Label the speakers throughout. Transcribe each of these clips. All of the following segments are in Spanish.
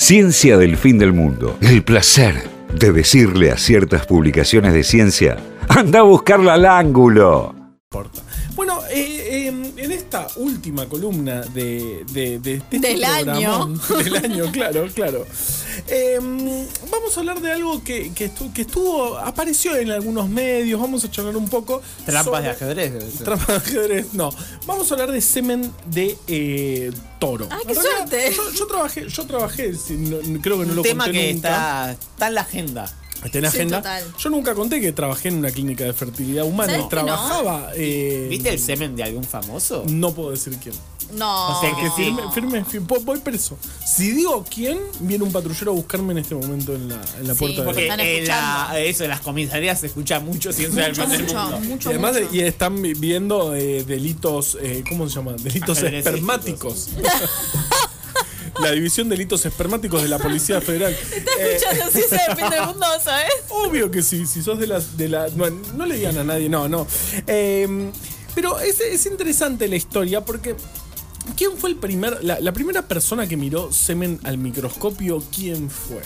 Speaker 1: Ciencia del fin del mundo. El placer de decirle a ciertas publicaciones de ciencia, anda a buscarla al ángulo.
Speaker 2: Bueno, eh, eh, en esta última columna de, de- de este
Speaker 3: Del
Speaker 2: programón- del año, claro, claro. Eh, vamos a hablar de algo que, que estu- que estuvo, apareció en algunos medios, vamos a charlar un poco.
Speaker 4: Trampas
Speaker 2: sobre-
Speaker 4: de ajedrez. debe ser.
Speaker 2: Trampas de ajedrez, no. Vamos a hablar de semen de eh, toro.
Speaker 3: Ay, Ah, qué
Speaker 2: En realidad,
Speaker 3: suerte.
Speaker 2: Yo, yo trabajé, yo trabajé, si no- no- creo que no
Speaker 4: Un
Speaker 2: lo
Speaker 4: tema
Speaker 2: conté
Speaker 4: que
Speaker 2: nunca.
Speaker 4: está, está en la agenda.
Speaker 2: Está en la
Speaker 3: Sí,
Speaker 2: agenda.
Speaker 3: total.
Speaker 2: Yo nunca conté que trabajé en una clínica de fertilidad humana.
Speaker 3: ¿Sabes que no?
Speaker 2: Trabajaba. eh,
Speaker 4: ¿Viste el semen de algún famoso?
Speaker 2: No puedo decir quién.
Speaker 3: No.
Speaker 4: O sea que sí.
Speaker 2: Firme, firme, firme, voy- voy preso. Si digo quién, viene un patrullero a buscarme en este momento en la, en la
Speaker 3: Sí,
Speaker 2: puerta
Speaker 3: porque-
Speaker 2: de
Speaker 4: Porque
Speaker 3: están
Speaker 4: en
Speaker 3: escuchando.
Speaker 4: la, eso, en las comisarías se escucha mucho ciencia del
Speaker 3: Mucho,
Speaker 4: fin del
Speaker 3: mucho,
Speaker 4: mundo.
Speaker 2: y
Speaker 3: mucho,
Speaker 2: además
Speaker 3: mucho.
Speaker 2: y están vi- viendo eh, delitos, eh, ¿cómo se llama? Delitos espermáticos.
Speaker 4: Ajedrecísticos.
Speaker 2: la división de delitos espermáticos de la Policía Federal. Eh,
Speaker 3: escuchando ciencia del fin del mundo, ¿sabes?
Speaker 2: Obvio que sí, si sos de las. De la, bueno, no le digan a nadie, no, no. Eh, pero es, es interesante la historia porque. ¿Quién fue el primer, la, la primera persona que miró semen al microscopio? ¿Quién fue?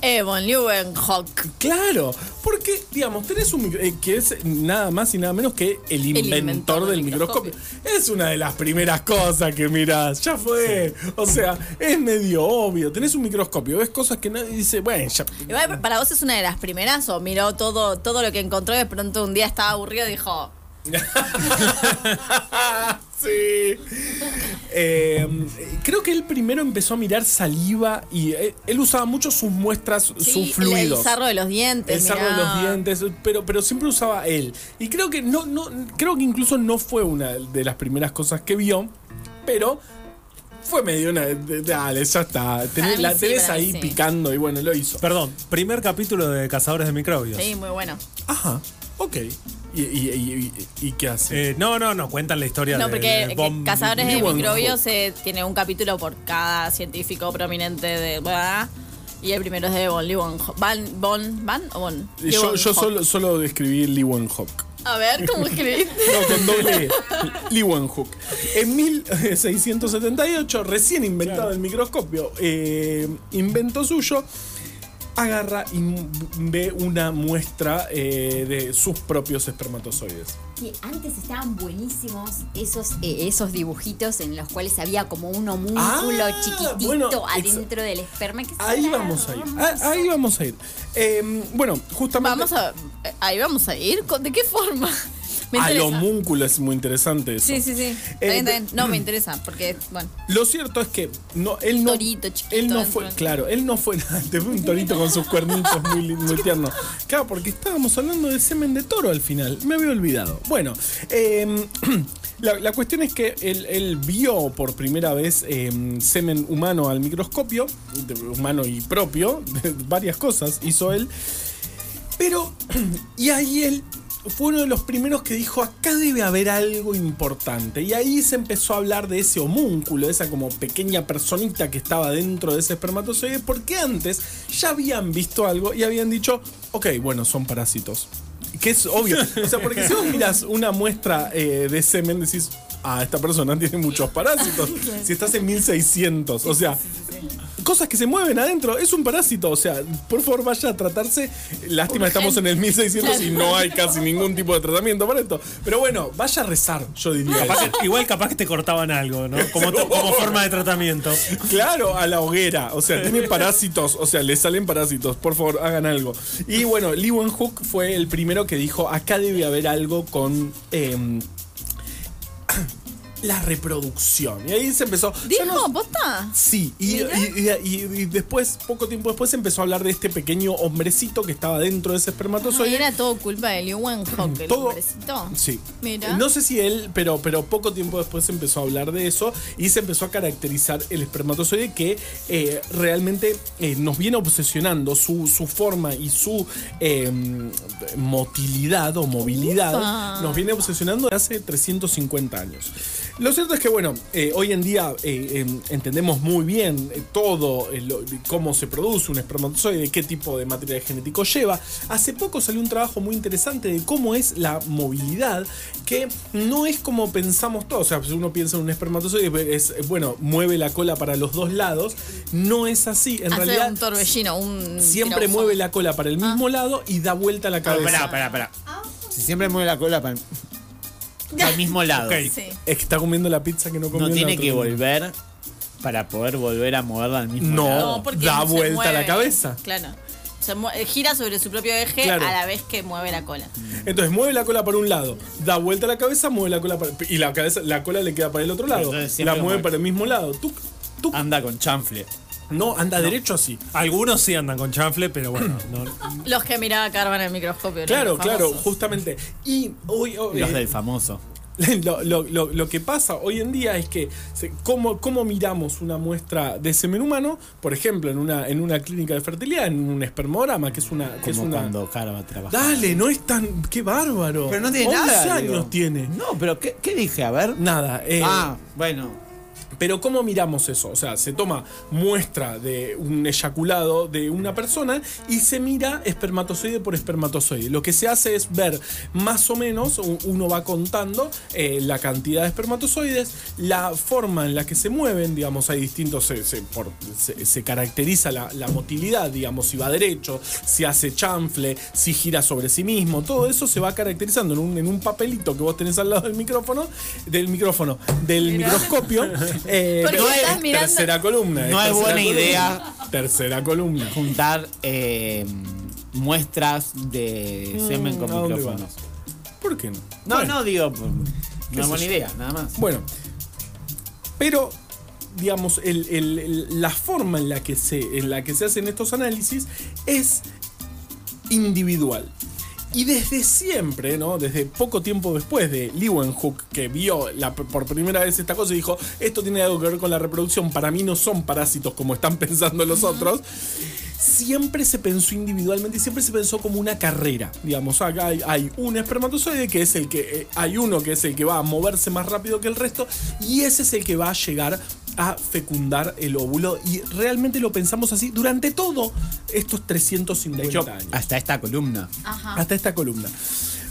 Speaker 3: Evan Leeuwenhoek.
Speaker 2: Claro, porque, digamos, tenés un micro- eh, que es nada más y nada menos que el inventor,
Speaker 3: inventor
Speaker 2: del
Speaker 3: del
Speaker 2: microscopio. Es una de las primeras cosas que mirás, ya fue. O sea, es medio obvio. Tenés un microscopio, ves cosas que nadie dice, bueno, ya.
Speaker 3: Igual, ¿Para vos es una de las primeras o miró todo, todo lo que encontró y de pronto un día estaba aburrido y dijo,
Speaker 2: sí. Eh, creo que él primero empezó a mirar saliva y eh, él usaba mucho sus muestras,
Speaker 3: sí,
Speaker 2: sus
Speaker 3: el
Speaker 2: fluidos.
Speaker 3: sarro de los dientes.
Speaker 2: El sarro de
Speaker 3: mirá.
Speaker 2: los dientes, pero, pero siempre usaba él. Y creo que no, no, creo que incluso no fue una de las primeras cosas que vio, pero fue medio una. de- Dale, ya está. Tenés,
Speaker 3: mí
Speaker 2: la
Speaker 3: sí,
Speaker 2: tenés
Speaker 3: para mí
Speaker 2: ahí
Speaker 3: sí.
Speaker 2: picando y bueno, lo hizo.
Speaker 5: Perdón, primer capítulo de Cazadores de Microbios.
Speaker 3: Sí, muy bueno.
Speaker 2: Ajá, ok. ¿Y, y- y- y- y qué hace?
Speaker 5: Eh, no, no, no, cuentan la historia
Speaker 3: No,
Speaker 5: de,
Speaker 3: porque
Speaker 5: de
Speaker 3: que
Speaker 5: Von-
Speaker 3: Cazadores de
Speaker 2: Leeuwenhoek.
Speaker 3: Microbios eh, tiene un capítulo por cada científico prominente de... bla, y el primero es de Von Leeuwenhoek. ¿Van? ¿Von? ¿Van o Von?
Speaker 2: Y yo yo
Speaker 3: Leeuwenhoek.
Speaker 2: solo, solo describí Lee Hawk.
Speaker 3: A ver, ¿cómo escribiste?
Speaker 2: No, con doble E. Leeuwenhoek. En 1678, recién inventado el microscopio, eh, invento suyo, agarra y m- ve una muestra eh, de sus propios espermatozoides.
Speaker 6: Que antes estaban buenísimos esos, eh, esos dibujitos en los cuales había como un homúnculo
Speaker 2: Ah,
Speaker 6: chiquitito
Speaker 2: bueno, ex-
Speaker 6: adentro del esperma. Que
Speaker 2: Ahí vamos a ir. Ah, Ahí vamos a ir. Eh, bueno, justamente.
Speaker 3: Vamos a... eh, Ahí vamos a ir. ¿Con- ¿De qué forma? Me
Speaker 2: Al
Speaker 3: interesa.
Speaker 2: homúnculo es muy interesante eso.
Speaker 3: Sí, sí, sí. Está
Speaker 2: Eh,
Speaker 3: bien, está bien. No, me interesa, porque, bueno,
Speaker 2: Lo cierto es que no, él no.
Speaker 3: Torito chiquito
Speaker 2: él no
Speaker 3: dentro
Speaker 2: fue.
Speaker 3: del-
Speaker 2: Claro, él no fue. Te fue un torito con sus cuernitos muy, li- muy tierno. Claro, porque estábamos hablando de semen de toro al final. Me había olvidado. Bueno, eh, la, la cuestión es que él, él vio por primera vez eh, semen humano al microscopio, de- humano y propio, de varias cosas hizo él. Pero, y ahí él fue uno de los primeros que dijo, acá debe haber algo importante. Y ahí se empezó a hablar de ese homúnculo, esa como pequeña personita que estaba dentro de ese espermatozoide, porque antes ya habían visto algo y habían dicho, ok, bueno, son parásitos. Que es obvio. O sea, porque si vos miras una muestra eh, de semen, decís, ah, esta persona tiene muchos parásitos. Si estás en 1600, o sea, cosas que se mueven adentro, es un parásito. O sea, por favor vaya a tratarse. Lástima, estamos en el 1600 y no hay casi ningún tipo de tratamiento para esto. Pero bueno, vaya a rezar, yo diría.
Speaker 5: Capaz que- igual capaz que te cortaban algo, ¿no? Como, to- como forma de tratamiento.
Speaker 2: Claro, a la hoguera. O sea, tiene parásitos. O sea, le salen parásitos. Por favor, hagan algo. Y bueno, Lee Hook fue el primero que dijo: acá debe haber algo con. em, la reproducción. Y ahí se empezó. yo
Speaker 3: ¿dijo
Speaker 2: no-
Speaker 3: posta?
Speaker 2: Sí, y,
Speaker 3: Mirá.
Speaker 2: y- y- y- y después, poco tiempo después, se empezó a hablar de este pequeño hombrecito que estaba dentro de ese
Speaker 3: Ay,
Speaker 2: espermatozoide.
Speaker 3: Ah, era todo culpa de Leeuwenhoek, el
Speaker 2: Todo-
Speaker 3: hombrecito.
Speaker 2: Sí.
Speaker 3: Mirá.
Speaker 2: No sé si él, pero, pero poco tiempo después se empezó a hablar de eso y se empezó a caracterizar el espermatozoide que eh, realmente eh, nos viene obsesionando su, su forma y su eh, motilidad o movilidad.
Speaker 3: Ufa.
Speaker 2: Nos viene obsesionando hace 350 años. Lo cierto es que, bueno, eh, hoy en día eh, em, entendemos muy bien eh, todo, eh, lo- de cómo se produce un espermatozoide, qué tipo de material genético lleva. Hace poco salió un trabajo muy interesante de cómo es la movilidad, que no es como pensamos todos. O sea, si uno piensa en un espermatozoide, es, eh, bueno, mueve la cola para los dos lados. No es así. En
Speaker 3: Hace
Speaker 2: realidad,
Speaker 3: un Ah. torbellino, un.
Speaker 2: siempre
Speaker 3: tirabuzón.
Speaker 2: mueve la cola para el mismo lado y da vuelta la
Speaker 4: Ah, Pará,
Speaker 2: cabeza.
Speaker 4: pará, pará, pará.
Speaker 7: Si siempre mueve la cola para.
Speaker 4: Al mismo lado.
Speaker 3: Sí.
Speaker 2: Es que está comiendo la pizza que no comió.
Speaker 4: No
Speaker 2: en la
Speaker 4: tiene
Speaker 2: otra
Speaker 4: que
Speaker 2: semana.
Speaker 4: volver para poder volver a moverla al mismo
Speaker 2: No.
Speaker 4: lado.
Speaker 3: No, porque
Speaker 2: Oh, Da
Speaker 3: no se
Speaker 2: vuelta
Speaker 3: mueve.
Speaker 2: la cabeza.
Speaker 3: Claro. Se mue- gira sobre su propio eje
Speaker 2: Claro.
Speaker 3: a la vez que mueve la cola.
Speaker 2: Entonces mueve la cola para un lado, da vuelta la cabeza, mueve la cola para, y la cabeza, la cola le queda para el otro lado.
Speaker 4: entonces
Speaker 2: La
Speaker 4: siempre
Speaker 2: mueve
Speaker 4: mueve.
Speaker 2: para el mismo lado. Tuc, tuc.
Speaker 7: Ah,
Speaker 4: Anda con chanfle.
Speaker 2: No, anda derecho así.
Speaker 5: Algunos sí andan con chanfle, pero bueno, no.
Speaker 3: Los que miraba Carvan en el microscopio. ¿no?
Speaker 2: Claro,
Speaker 3: Los
Speaker 2: claro,
Speaker 3: famosos.
Speaker 2: justamente. Y hoy, hoy-
Speaker 4: Los
Speaker 2: eh,
Speaker 4: del famoso.
Speaker 2: lo, lo- lo- lo que pasa hoy en día es que se- cómo, cómo miramos una muestra de semen humano, por ejemplo, en una, en una clínica de fertilidad, en un espermograma, que es una, que es
Speaker 4: Como
Speaker 2: una.
Speaker 4: cuando Carva trabaja.
Speaker 2: Dale, no es tan. qué bárbaro.
Speaker 7: Pero no tiene
Speaker 2: 11
Speaker 7: nada.
Speaker 2: años
Speaker 7: digo.
Speaker 2: tiene.
Speaker 7: No, pero ¿qué, qué dije? A ver.
Speaker 2: Nada. eh,
Speaker 7: Ah, bueno.
Speaker 2: Pero ¿cómo miramos eso? O sea, se toma muestra de un eyaculado de una persona y se mira espermatozoide por espermatozoide. Lo que se hace es ver más o menos, u- uno va contando eh, la cantidad de espermatozoides, la forma en la que se mueven, digamos, hay distintos, se, se- por- se- se caracteriza la, la motilidad, digamos, si va derecho, si hace chanfle, si gira sobre sí mismo, todo eso se va caracterizando en un, en un papelito que vos tenés al lado del micrófono, del micrófono, del microscopio. eh,
Speaker 3: Porque
Speaker 2: no
Speaker 3: estás
Speaker 2: es
Speaker 3: mirando-
Speaker 2: tercera columna.
Speaker 4: No es
Speaker 2: tercera
Speaker 4: buena
Speaker 2: columna.
Speaker 4: idea.
Speaker 2: Tercera columna.
Speaker 4: Juntar eh, muestras de semen con
Speaker 2: Mm, ¿a dónde
Speaker 4: micrófonos.
Speaker 2: ¿Por qué no?
Speaker 4: No,
Speaker 2: Bueno.
Speaker 4: no, digo. por-
Speaker 2: Qué
Speaker 4: No
Speaker 2: sé
Speaker 4: es buena
Speaker 2: yo.
Speaker 4: idea, nada más.
Speaker 2: Bueno, pero digamos, el- el- el- la forma en la, que se, en la que se hacen estos análisis es individual. Y desde siempre, ¿no? Desde poco tiempo después de Leeuwenhoek, que vio la- por primera vez esta cosa y dijo, esto tiene algo que ver con la reproducción, para mí no son parásitos como están pensando los otros, siempre se pensó individualmente y siempre se pensó como una carrera. Digamos, acá hay, hay un espermatozoide que es el que. eh, hay uno que es el que va a moverse más rápido que el resto y ese es el que va a llegar a fecundar el óvulo. Y realmente lo pensamos así durante todo estos 350
Speaker 4: De hecho,
Speaker 2: años
Speaker 4: hasta esta columna.
Speaker 2: hasta esta columna.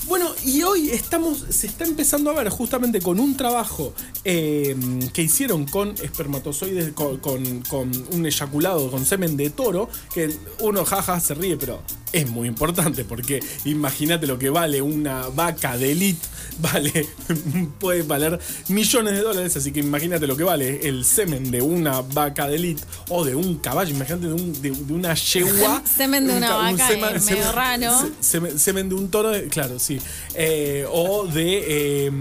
Speaker 2: Bueno, y hoy estamos, se está empezando a ver justamente con un trabajo eh, que hicieron con espermatozoides, con, con- con un eyaculado, con semen de toro, que uno jaja se ríe, pero es muy importante porque imagínate lo que vale una vaca de elite, vale, puede valer millones de dólares, así que imagínate lo que vale el semen de una vaca de elite o de un caballo, imagínate de, un- de- de una yegua.
Speaker 3: Semen de
Speaker 2: un
Speaker 3: una
Speaker 2: ca- un
Speaker 3: vaca es medio raro.
Speaker 2: se- Semen, semen de un toro, eh, claro, sí. Eh, o de eh,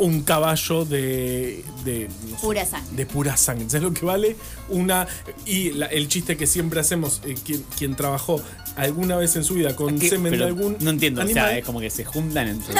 Speaker 2: un caballo de. de no sé,
Speaker 6: Pura sangre.
Speaker 2: de pura sangre. ¿Sabes lo que vale? Una. Y la- el chiste que siempre hacemos, eh, quien, quien trabajó alguna vez en su vida con
Speaker 4: ¿Qué?
Speaker 2: semen
Speaker 4: Pero
Speaker 2: de algún.
Speaker 4: no entiendo, o
Speaker 2: animal,
Speaker 4: sea, es como que se juntan entre.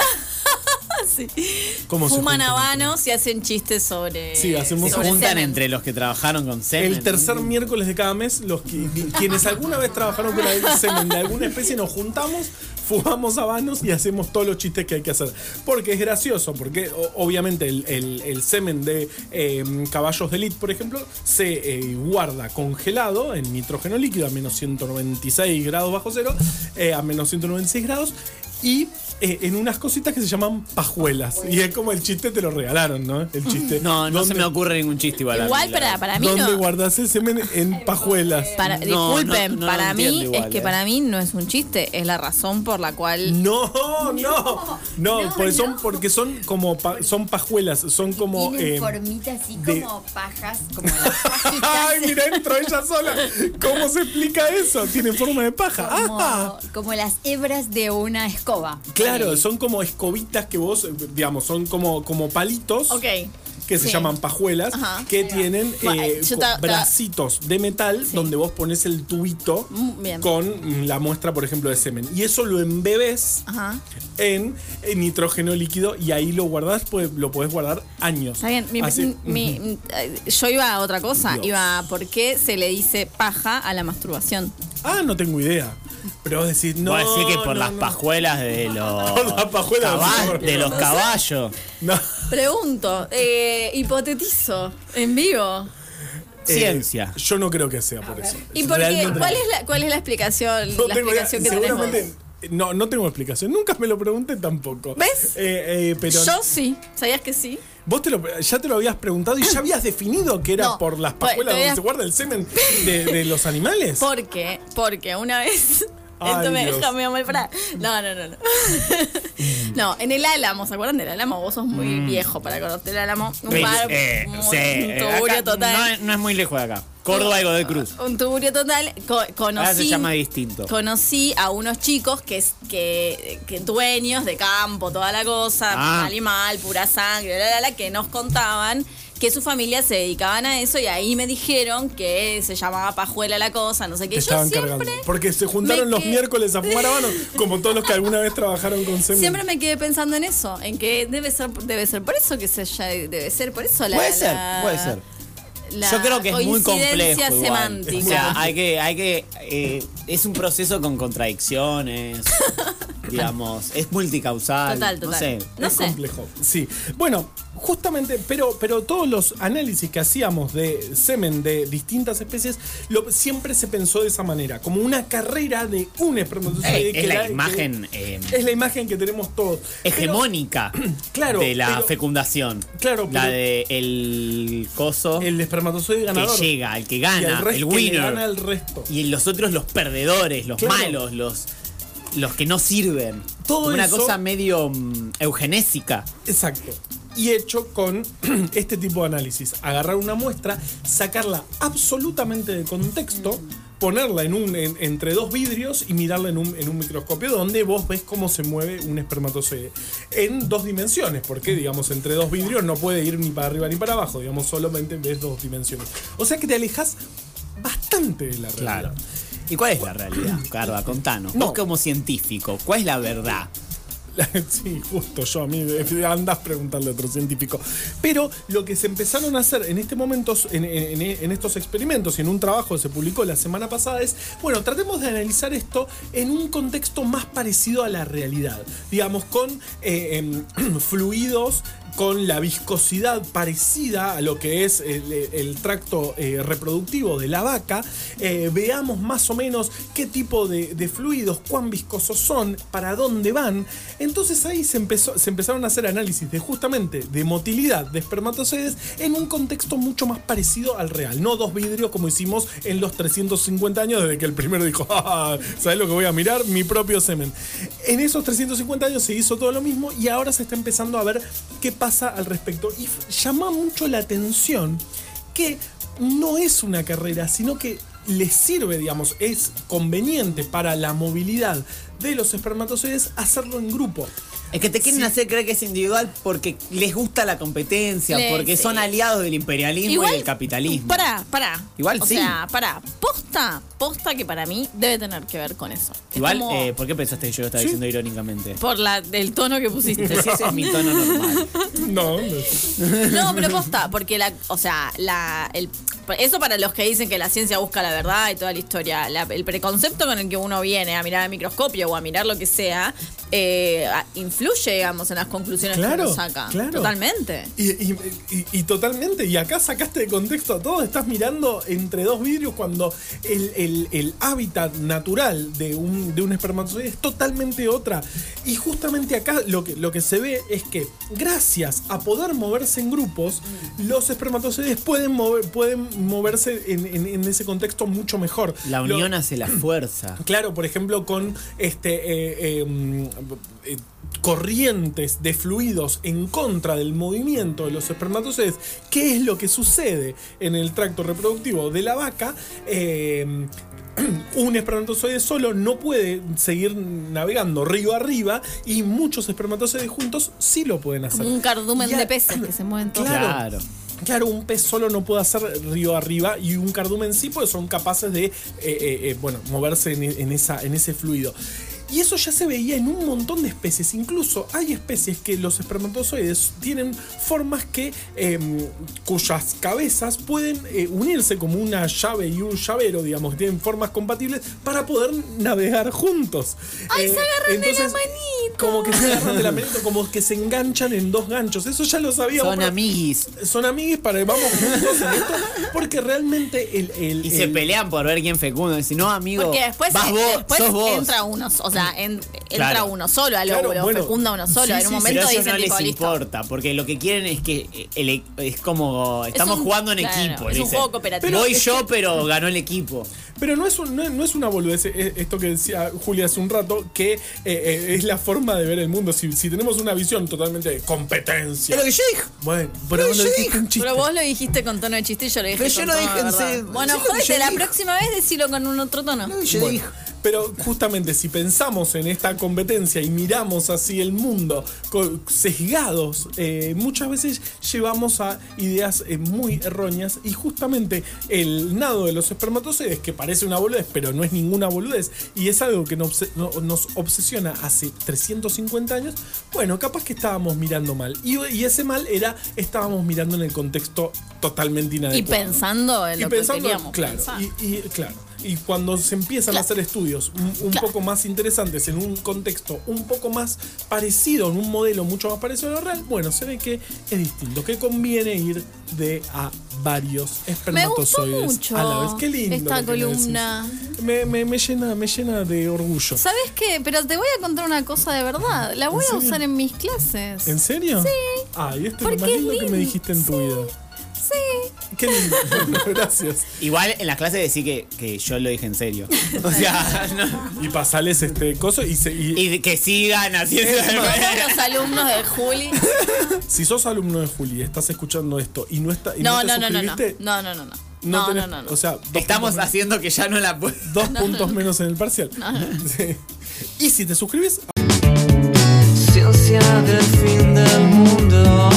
Speaker 2: ¿cómo se
Speaker 3: Fuman
Speaker 2: juntan?
Speaker 3: habanos y hacen chistes sobre.
Speaker 2: Sí, hacemos-
Speaker 4: se
Speaker 3: sobre
Speaker 4: juntan
Speaker 3: semen.
Speaker 4: entre los que trabajaron con semen.
Speaker 2: El tercer miércoles de cada mes, los que- quienes alguna vez trabajaron con algún semen de alguna especie, nos juntamos, fumamos habanos y hacemos todos los chistes que hay que hacer. Porque es gracioso, porque o- obviamente el, el- el semen de eh, caballos de elite, por ejemplo, se eh, guarda congelado en nitrógeno líquido a menos 196 grados bajo cero, eh, a menos 196 grados, y eh, en unas cositas que se llaman pajuelas. Y es como el chiste, te lo regalaron, ¿no? El chiste.
Speaker 4: No, no se
Speaker 2: ¿Dónde-
Speaker 4: me ocurre ningún chiste igual. a mí,
Speaker 3: Igual
Speaker 4: la
Speaker 3: para,
Speaker 4: verdad.
Speaker 3: para mí
Speaker 2: ¿Dónde
Speaker 3: no.
Speaker 2: guardas el semen? En pajuelas.
Speaker 3: Para,
Speaker 4: No,
Speaker 3: disculpen,
Speaker 4: no, no lo
Speaker 3: para mí
Speaker 4: entiendo igual,
Speaker 3: es que
Speaker 4: eh.
Speaker 3: para mí no es un chiste, es la razón por la cual
Speaker 2: No, no, no,
Speaker 6: no,
Speaker 2: porque, son,
Speaker 6: no.
Speaker 2: porque son como pa- son pajuelas, son como.
Speaker 6: Tienen
Speaker 2: eh,
Speaker 6: formita así
Speaker 2: de-
Speaker 6: como pajas, como las pajitas.
Speaker 2: Ay, mira, entró ella sola. ¿Cómo se explica eso? Tiene forma de paja. Ah,
Speaker 6: Como, como las hebras de una escoba.
Speaker 2: claro, son como escobitas que vos, eh, digamos, son como, como palitos.
Speaker 3: Ok.
Speaker 2: Que se
Speaker 3: Sí.
Speaker 2: llaman pajuelas,
Speaker 3: Ajá.
Speaker 2: que tienen
Speaker 3: Bueno,
Speaker 2: eh,
Speaker 3: yo
Speaker 2: co-
Speaker 3: ta- ta-
Speaker 2: bracitos de metal donde vos pones el tubito
Speaker 3: Mm, bien.
Speaker 2: con mm, la muestra, por ejemplo, de semen. Y eso lo embebes
Speaker 3: Ajá.
Speaker 2: en, en nitrógeno líquido y ahí lo guardás, pues, lo podés guardar años.
Speaker 3: Está bien, mi-
Speaker 4: Ah,
Speaker 2: Así-
Speaker 3: mi- mi- eh, yo iba a otra cosa,
Speaker 2: Dios.
Speaker 3: iba a por qué se le dice paja a la masturbación.
Speaker 2: Ah, no tengo idea. Pero vos decís, no.
Speaker 4: Voy a decir que por
Speaker 2: no,
Speaker 4: las
Speaker 2: no.
Speaker 4: pajuelas de los.
Speaker 2: Por las pajuelas de los
Speaker 4: cabal-
Speaker 2: zorros.
Speaker 4: de los caballos.
Speaker 2: No. Eh,
Speaker 3: Pregunto, eh, hipotetizo, en vivo.
Speaker 4: Ciencia.
Speaker 2: Eh, yo no creo que sea por eso.
Speaker 3: ¿Y por qué?
Speaker 2: Realmente-
Speaker 3: ¿Cuál es la, cuál es la explicación?
Speaker 2: No
Speaker 3: la
Speaker 2: tengo idea.
Speaker 3: explicación que tenemos.
Speaker 2: Seguramente. No, no tengo explicación. Nunca me lo pregunté tampoco.
Speaker 3: ¿Ves?
Speaker 2: Eh, eh, pero
Speaker 3: Yo sí. ¿Sabías que sí?
Speaker 2: vos te lo- ya te lo habías preguntado y ya habías definido que era
Speaker 3: No,
Speaker 2: por las
Speaker 3: pues,
Speaker 2: pajuelas
Speaker 3: te voy
Speaker 2: donde
Speaker 3: a-
Speaker 2: se guarda el semen de, de los animales.
Speaker 3: Porque, porque una vez.
Speaker 2: Ay,
Speaker 3: esto me
Speaker 2: Dios.
Speaker 3: deja medio mal parada. No, no, no, no.
Speaker 4: Mm.
Speaker 3: no, en el Álamo, ¿se acuerdan del Álamo? Vos sos muy viejo para acordarte del Álamo. Un bar,
Speaker 4: Eh,
Speaker 3: un,
Speaker 4: sí, eh,
Speaker 3: un
Speaker 4: acá
Speaker 3: tuburio total.
Speaker 4: No, es- no es muy lejos de acá. Córdoba y Godoy Cruz.
Speaker 3: Un tuburio total. Co- conocí,
Speaker 4: Ahora se llama distinto.
Speaker 3: Conocí a unos chicos que, es- que, que dueños de campo, toda la cosa,
Speaker 4: Ah.
Speaker 3: animal, pura sangre, la, la, la, que nos contaban que su familia se dedicaban a eso y ahí me dijeron que se llamaba pajuela la cosa, no sé
Speaker 2: Te
Speaker 3: qué. Yo
Speaker 2: estaban
Speaker 3: siempre,
Speaker 2: cargando. Porque se juntaron
Speaker 3: me
Speaker 2: los
Speaker 3: que-
Speaker 2: miércoles a fumar habano, como todos los que alguna vez trabajaron con semen.
Speaker 3: Siempre me quedé pensando en eso, en que debe ser, debe ser por eso que se ya- debe ser por eso la
Speaker 7: Puede ser,
Speaker 3: la-
Speaker 7: puede ser.
Speaker 3: la
Speaker 4: Yo creo que es muy complejo.
Speaker 3: coincidencia
Speaker 4: igual.
Speaker 3: semántica.
Speaker 4: O sea, hay que. Hay que eh, es un proceso con contradicciones. digamos, es multicausal.
Speaker 3: Total,
Speaker 4: No
Speaker 3: total.
Speaker 4: sé.
Speaker 3: No
Speaker 2: es
Speaker 3: sé.
Speaker 2: complejo. Sí. Bueno, justamente, pero, pero todos los análisis que hacíamos de semen de distintas especies, lo, siempre se pensó de esa manera, como una carrera de un espermatozoide.
Speaker 4: Eh,
Speaker 2: que
Speaker 4: es la
Speaker 2: que-
Speaker 4: imagen, eh,
Speaker 2: es la imagen que tenemos todos.
Speaker 4: Hegemónica
Speaker 2: Claro,
Speaker 4: de la
Speaker 2: pero-
Speaker 4: fecundación.
Speaker 2: Claro,
Speaker 4: la
Speaker 2: pero-
Speaker 4: de el coso
Speaker 2: Pero el espermatozoide
Speaker 4: que
Speaker 2: ganador.
Speaker 4: llega, el que
Speaker 2: y
Speaker 4: gana,
Speaker 2: al resto
Speaker 4: el
Speaker 2: que le
Speaker 4: winner.
Speaker 2: gana al resto.
Speaker 4: Y los otros los perdedores, los
Speaker 2: Claro.
Speaker 4: malos, los los que no sirven.
Speaker 2: Todo
Speaker 4: Como una
Speaker 2: eso-
Speaker 4: cosa medio mm, eugenésica.
Speaker 2: Exacto. Y hecho con este tipo de análisis. Agarrar una muestra, sacarla absolutamente de contexto, ponerla en un, en- entre dos vidrios y mirarla en un, en un microscopio donde vos ves cómo se mueve un espermatozoide. En dos dimensiones, porque digamos, entre dos vidrios no puede ir ni para arriba ni para abajo, digamos, solamente ves dos dimensiones. O sea que te alejas bastante de la realidad.
Speaker 4: ¿Y cuál es la realidad, Carva? Contanos.
Speaker 2: No.
Speaker 4: Vos como científico, ¿cuál es la verdad?
Speaker 2: La- Sí, justo yo a mí eh, andás preguntarle a otro científico. Pero lo que se empezaron a hacer en este momento, en, en- en- en estos experimentos y en un trabajo que se publicó la semana pasada es, bueno, tratemos de analizar esto en un contexto más parecido a la realidad. Digamos, con eh, em, fluidos con la viscosidad parecida a lo que es el, el tracto eh, reproductivo de la vaca, eh, veamos más o menos qué tipo de, de fluidos, cuán viscosos son, para dónde van. Entonces ahí se, empezó, se empezaron a hacer análisis de justamente de motilidad de espermatozoides en un contexto mucho más parecido al real, no dos vidrios como hicimos en los 350 años desde que el primero dijo, "Ah, ¿sabes lo que voy a mirar? Mi propio semen. En esos 350 años se hizo todo lo mismo y ahora se está empezando a ver qué pasa al respecto. Y f- llama mucho la atención que no es una carrera, sino que le sirve, digamos, es conveniente para la movilidad de los espermatozoides hacerlo en grupo.
Speaker 4: Es que te quieren hacer creer que es individual porque les gusta la competencia,
Speaker 3: Le-
Speaker 4: porque son
Speaker 3: sí.
Speaker 4: aliados del imperialismo y del capitalismo.
Speaker 3: Pará, pará.
Speaker 4: Igual
Speaker 3: o
Speaker 4: sí.
Speaker 3: sea, pará. Posta, posta que para mí debe tener que ver con eso. Es
Speaker 4: Igual,
Speaker 3: como
Speaker 4: eh, ¿por qué pensaste que yo lo estaba diciendo irónicamente?
Speaker 3: por la, el tono que pusiste.
Speaker 4: Entonces ese es mi tono normal.
Speaker 2: No, no es-
Speaker 3: No, pero posta, porque la, o sea, la, el- eso para los que dicen que la ciencia busca la verdad y toda la historia, la- el preconcepto con el que uno viene a mirar el microscopio o a mirar lo que sea, eh, a- influye, digamos, en las conclusiones que
Speaker 2: Claro,
Speaker 3: uno saca.
Speaker 2: claro.
Speaker 3: Totalmente.
Speaker 2: Y, y- y- y totalmente, y acá sacaste de contexto a todo, estás mirando entre dos vidrios cuando el, el- el hábitat natural de un, de un espermatozoide es totalmente otra. Y justamente acá lo que, lo que se ve es que gracias a poder moverse en grupos, los espermatozoides pueden, mover- pueden moverse en, en- en ese contexto mucho mejor.
Speaker 4: La
Speaker 2: Lo-
Speaker 4: unión hace la fuerza.
Speaker 2: Claro, por ejemplo, con este eh, eh, mm, eh, corrientes de fluidos en contra del movimiento de los espermatozoides, ¿qué es lo que sucede en el tracto reproductivo de la vaca? Eh, un espermatozoide solo no puede seguir navegando río arriba y muchos espermatozoides juntos sí lo pueden hacer.
Speaker 3: Como un cardumen
Speaker 2: Y a-
Speaker 3: de peces que se mueven todos.
Speaker 4: Claro.
Speaker 2: Claro. Claro, un pez solo no puede hacer río arriba y un cardumen sí, pues son capaces de eh, eh, eh, bueno, moverse en, en esa, en ese fluido. Y eso ya se veía en un montón de especies. Incluso hay especies que los espermatozoides tienen formas que em, cuyas cabezas pueden eh, unirse como una llave y un llavero, digamos, que tienen formas compatibles para poder navegar juntos. Eh,
Speaker 3: Ay, se agarran de la manito.
Speaker 2: Como que se agarran de la manito, como que se enganchan en dos ganchos. Eso ya lo sabíamos.
Speaker 4: Son
Speaker 2: pero-
Speaker 4: amiguis.
Speaker 2: Son amigues para vamos juntos en esto, porque realmente el, el-
Speaker 4: Y se
Speaker 2: el-
Speaker 4: pelean por ver quién fecunda. Y si no, amigo,
Speaker 3: Porque después,
Speaker 4: vas vos,
Speaker 3: después
Speaker 4: sos vos.
Speaker 3: entra uno, o sea, en- entra
Speaker 4: Claro.
Speaker 3: uno solo al
Speaker 2: Claro,
Speaker 3: óvulo,
Speaker 2: bueno.
Speaker 3: fecunda uno solo.
Speaker 2: Sí,
Speaker 3: en un
Speaker 2: sí,
Speaker 3: momento
Speaker 4: Pero eso
Speaker 3: dicen,
Speaker 4: no
Speaker 3: tipo,
Speaker 4: les
Speaker 3: listo.
Speaker 4: importa, porque lo que quieren es que el e- es como estamos
Speaker 3: un-
Speaker 4: jugando en
Speaker 3: claro,
Speaker 4: equipo.
Speaker 3: es un
Speaker 4: dicen.
Speaker 3: juego cooperativo.
Speaker 2: Pero
Speaker 4: Voy
Speaker 2: es
Speaker 4: yo, pero ganó el equipo.
Speaker 2: Pero no es, un- no, no es una boludez eh, esto que decía Julia hace un rato, que eh, eh, es la forma de ver el mundo. Si, si tenemos una visión totalmente de competencia.
Speaker 7: que yo dije.
Speaker 2: bueno, pero
Speaker 7: Pero
Speaker 2: vos lo
Speaker 7: yo
Speaker 2: dijiste
Speaker 7: dije-
Speaker 2: un chiste.
Speaker 3: Pero vos lo dijiste con tono de chiste y yo lo dije.
Speaker 7: Pero yo
Speaker 3: con
Speaker 7: lo
Speaker 3: tono
Speaker 7: dije
Speaker 3: de
Speaker 7: en
Speaker 3: verdad.
Speaker 7: serio.
Speaker 3: Bueno,
Speaker 7: Sí, lo que
Speaker 3: jodete,
Speaker 7: yo
Speaker 3: la
Speaker 7: dije.
Speaker 3: próxima vez decilo con un otro tono.
Speaker 7: Yo
Speaker 2: Bueno,
Speaker 7: dije.
Speaker 2: pero justamente si pensamos en esta competencia y miramos así el mundo co- sesgados, eh, muchas veces llevamos a ideas eh, muy erróneas y justamente el nado de los espermatozoides, que parece una boludez, pero no es ninguna boludez, y es algo que nos, obse- no- nos obsesiona hace 350 años, bueno, capaz que estábamos mirando mal. Y, y ese mal era, estábamos mirando en el contexto totalmente
Speaker 3: Y
Speaker 2: inadecuado
Speaker 3: pensando en
Speaker 2: y
Speaker 3: lo
Speaker 2: pensando,
Speaker 3: que queríamos
Speaker 2: claro,
Speaker 3: pensar.
Speaker 2: y, y, claro. Y cuando se empiezan a
Speaker 3: Claro.
Speaker 2: hacer estudios un, un
Speaker 3: Claro.
Speaker 2: poco más interesantes en un contexto un poco más parecido, en un modelo mucho más parecido a lo real, bueno, se ve que es distinto, que conviene ir de a varios
Speaker 3: me gustó
Speaker 2: espermatozoides
Speaker 3: mucho
Speaker 2: a la vez. Qué lindo.
Speaker 3: esta
Speaker 2: lo que me decís.
Speaker 3: columna.
Speaker 2: Me, me- me llena, me llena de orgullo.
Speaker 3: ¿Sabes qué? Pero te voy a contar una cosa de verdad. La voy a
Speaker 2: serio?
Speaker 3: usar en mis clases.
Speaker 2: ¿En serio?
Speaker 3: Sí.
Speaker 2: Ay, esto es lo
Speaker 3: Porque
Speaker 2: más
Speaker 3: es
Speaker 2: lindo que
Speaker 3: lindo,
Speaker 2: me dijiste en tu
Speaker 3: sí.
Speaker 2: vida.
Speaker 3: Sí.
Speaker 2: Qué lindo. Bueno, gracias.
Speaker 4: Igual en las clases decir que, que yo lo dije en serio. O sea, no-
Speaker 2: Y pasales este coso y, se, y-
Speaker 4: y que sigan haciendo
Speaker 3: Todos los alumnos de Juli.
Speaker 2: Si sos alumno de Juli, estás escuchando esto y no está, y no,
Speaker 3: No,
Speaker 2: te
Speaker 3: no, no, no, no.
Speaker 2: suscribiste,
Speaker 3: No, no, no, no.
Speaker 2: no
Speaker 3: No,
Speaker 2: tenés-
Speaker 3: no, no, no.
Speaker 2: O sea, dos
Speaker 4: Estamos
Speaker 2: puntos,
Speaker 4: haciendo que ya no la puedo.
Speaker 2: dos puntos menos en el parcial. Sí. Y si te suscribes,
Speaker 8: Ciencia del fin del mundo.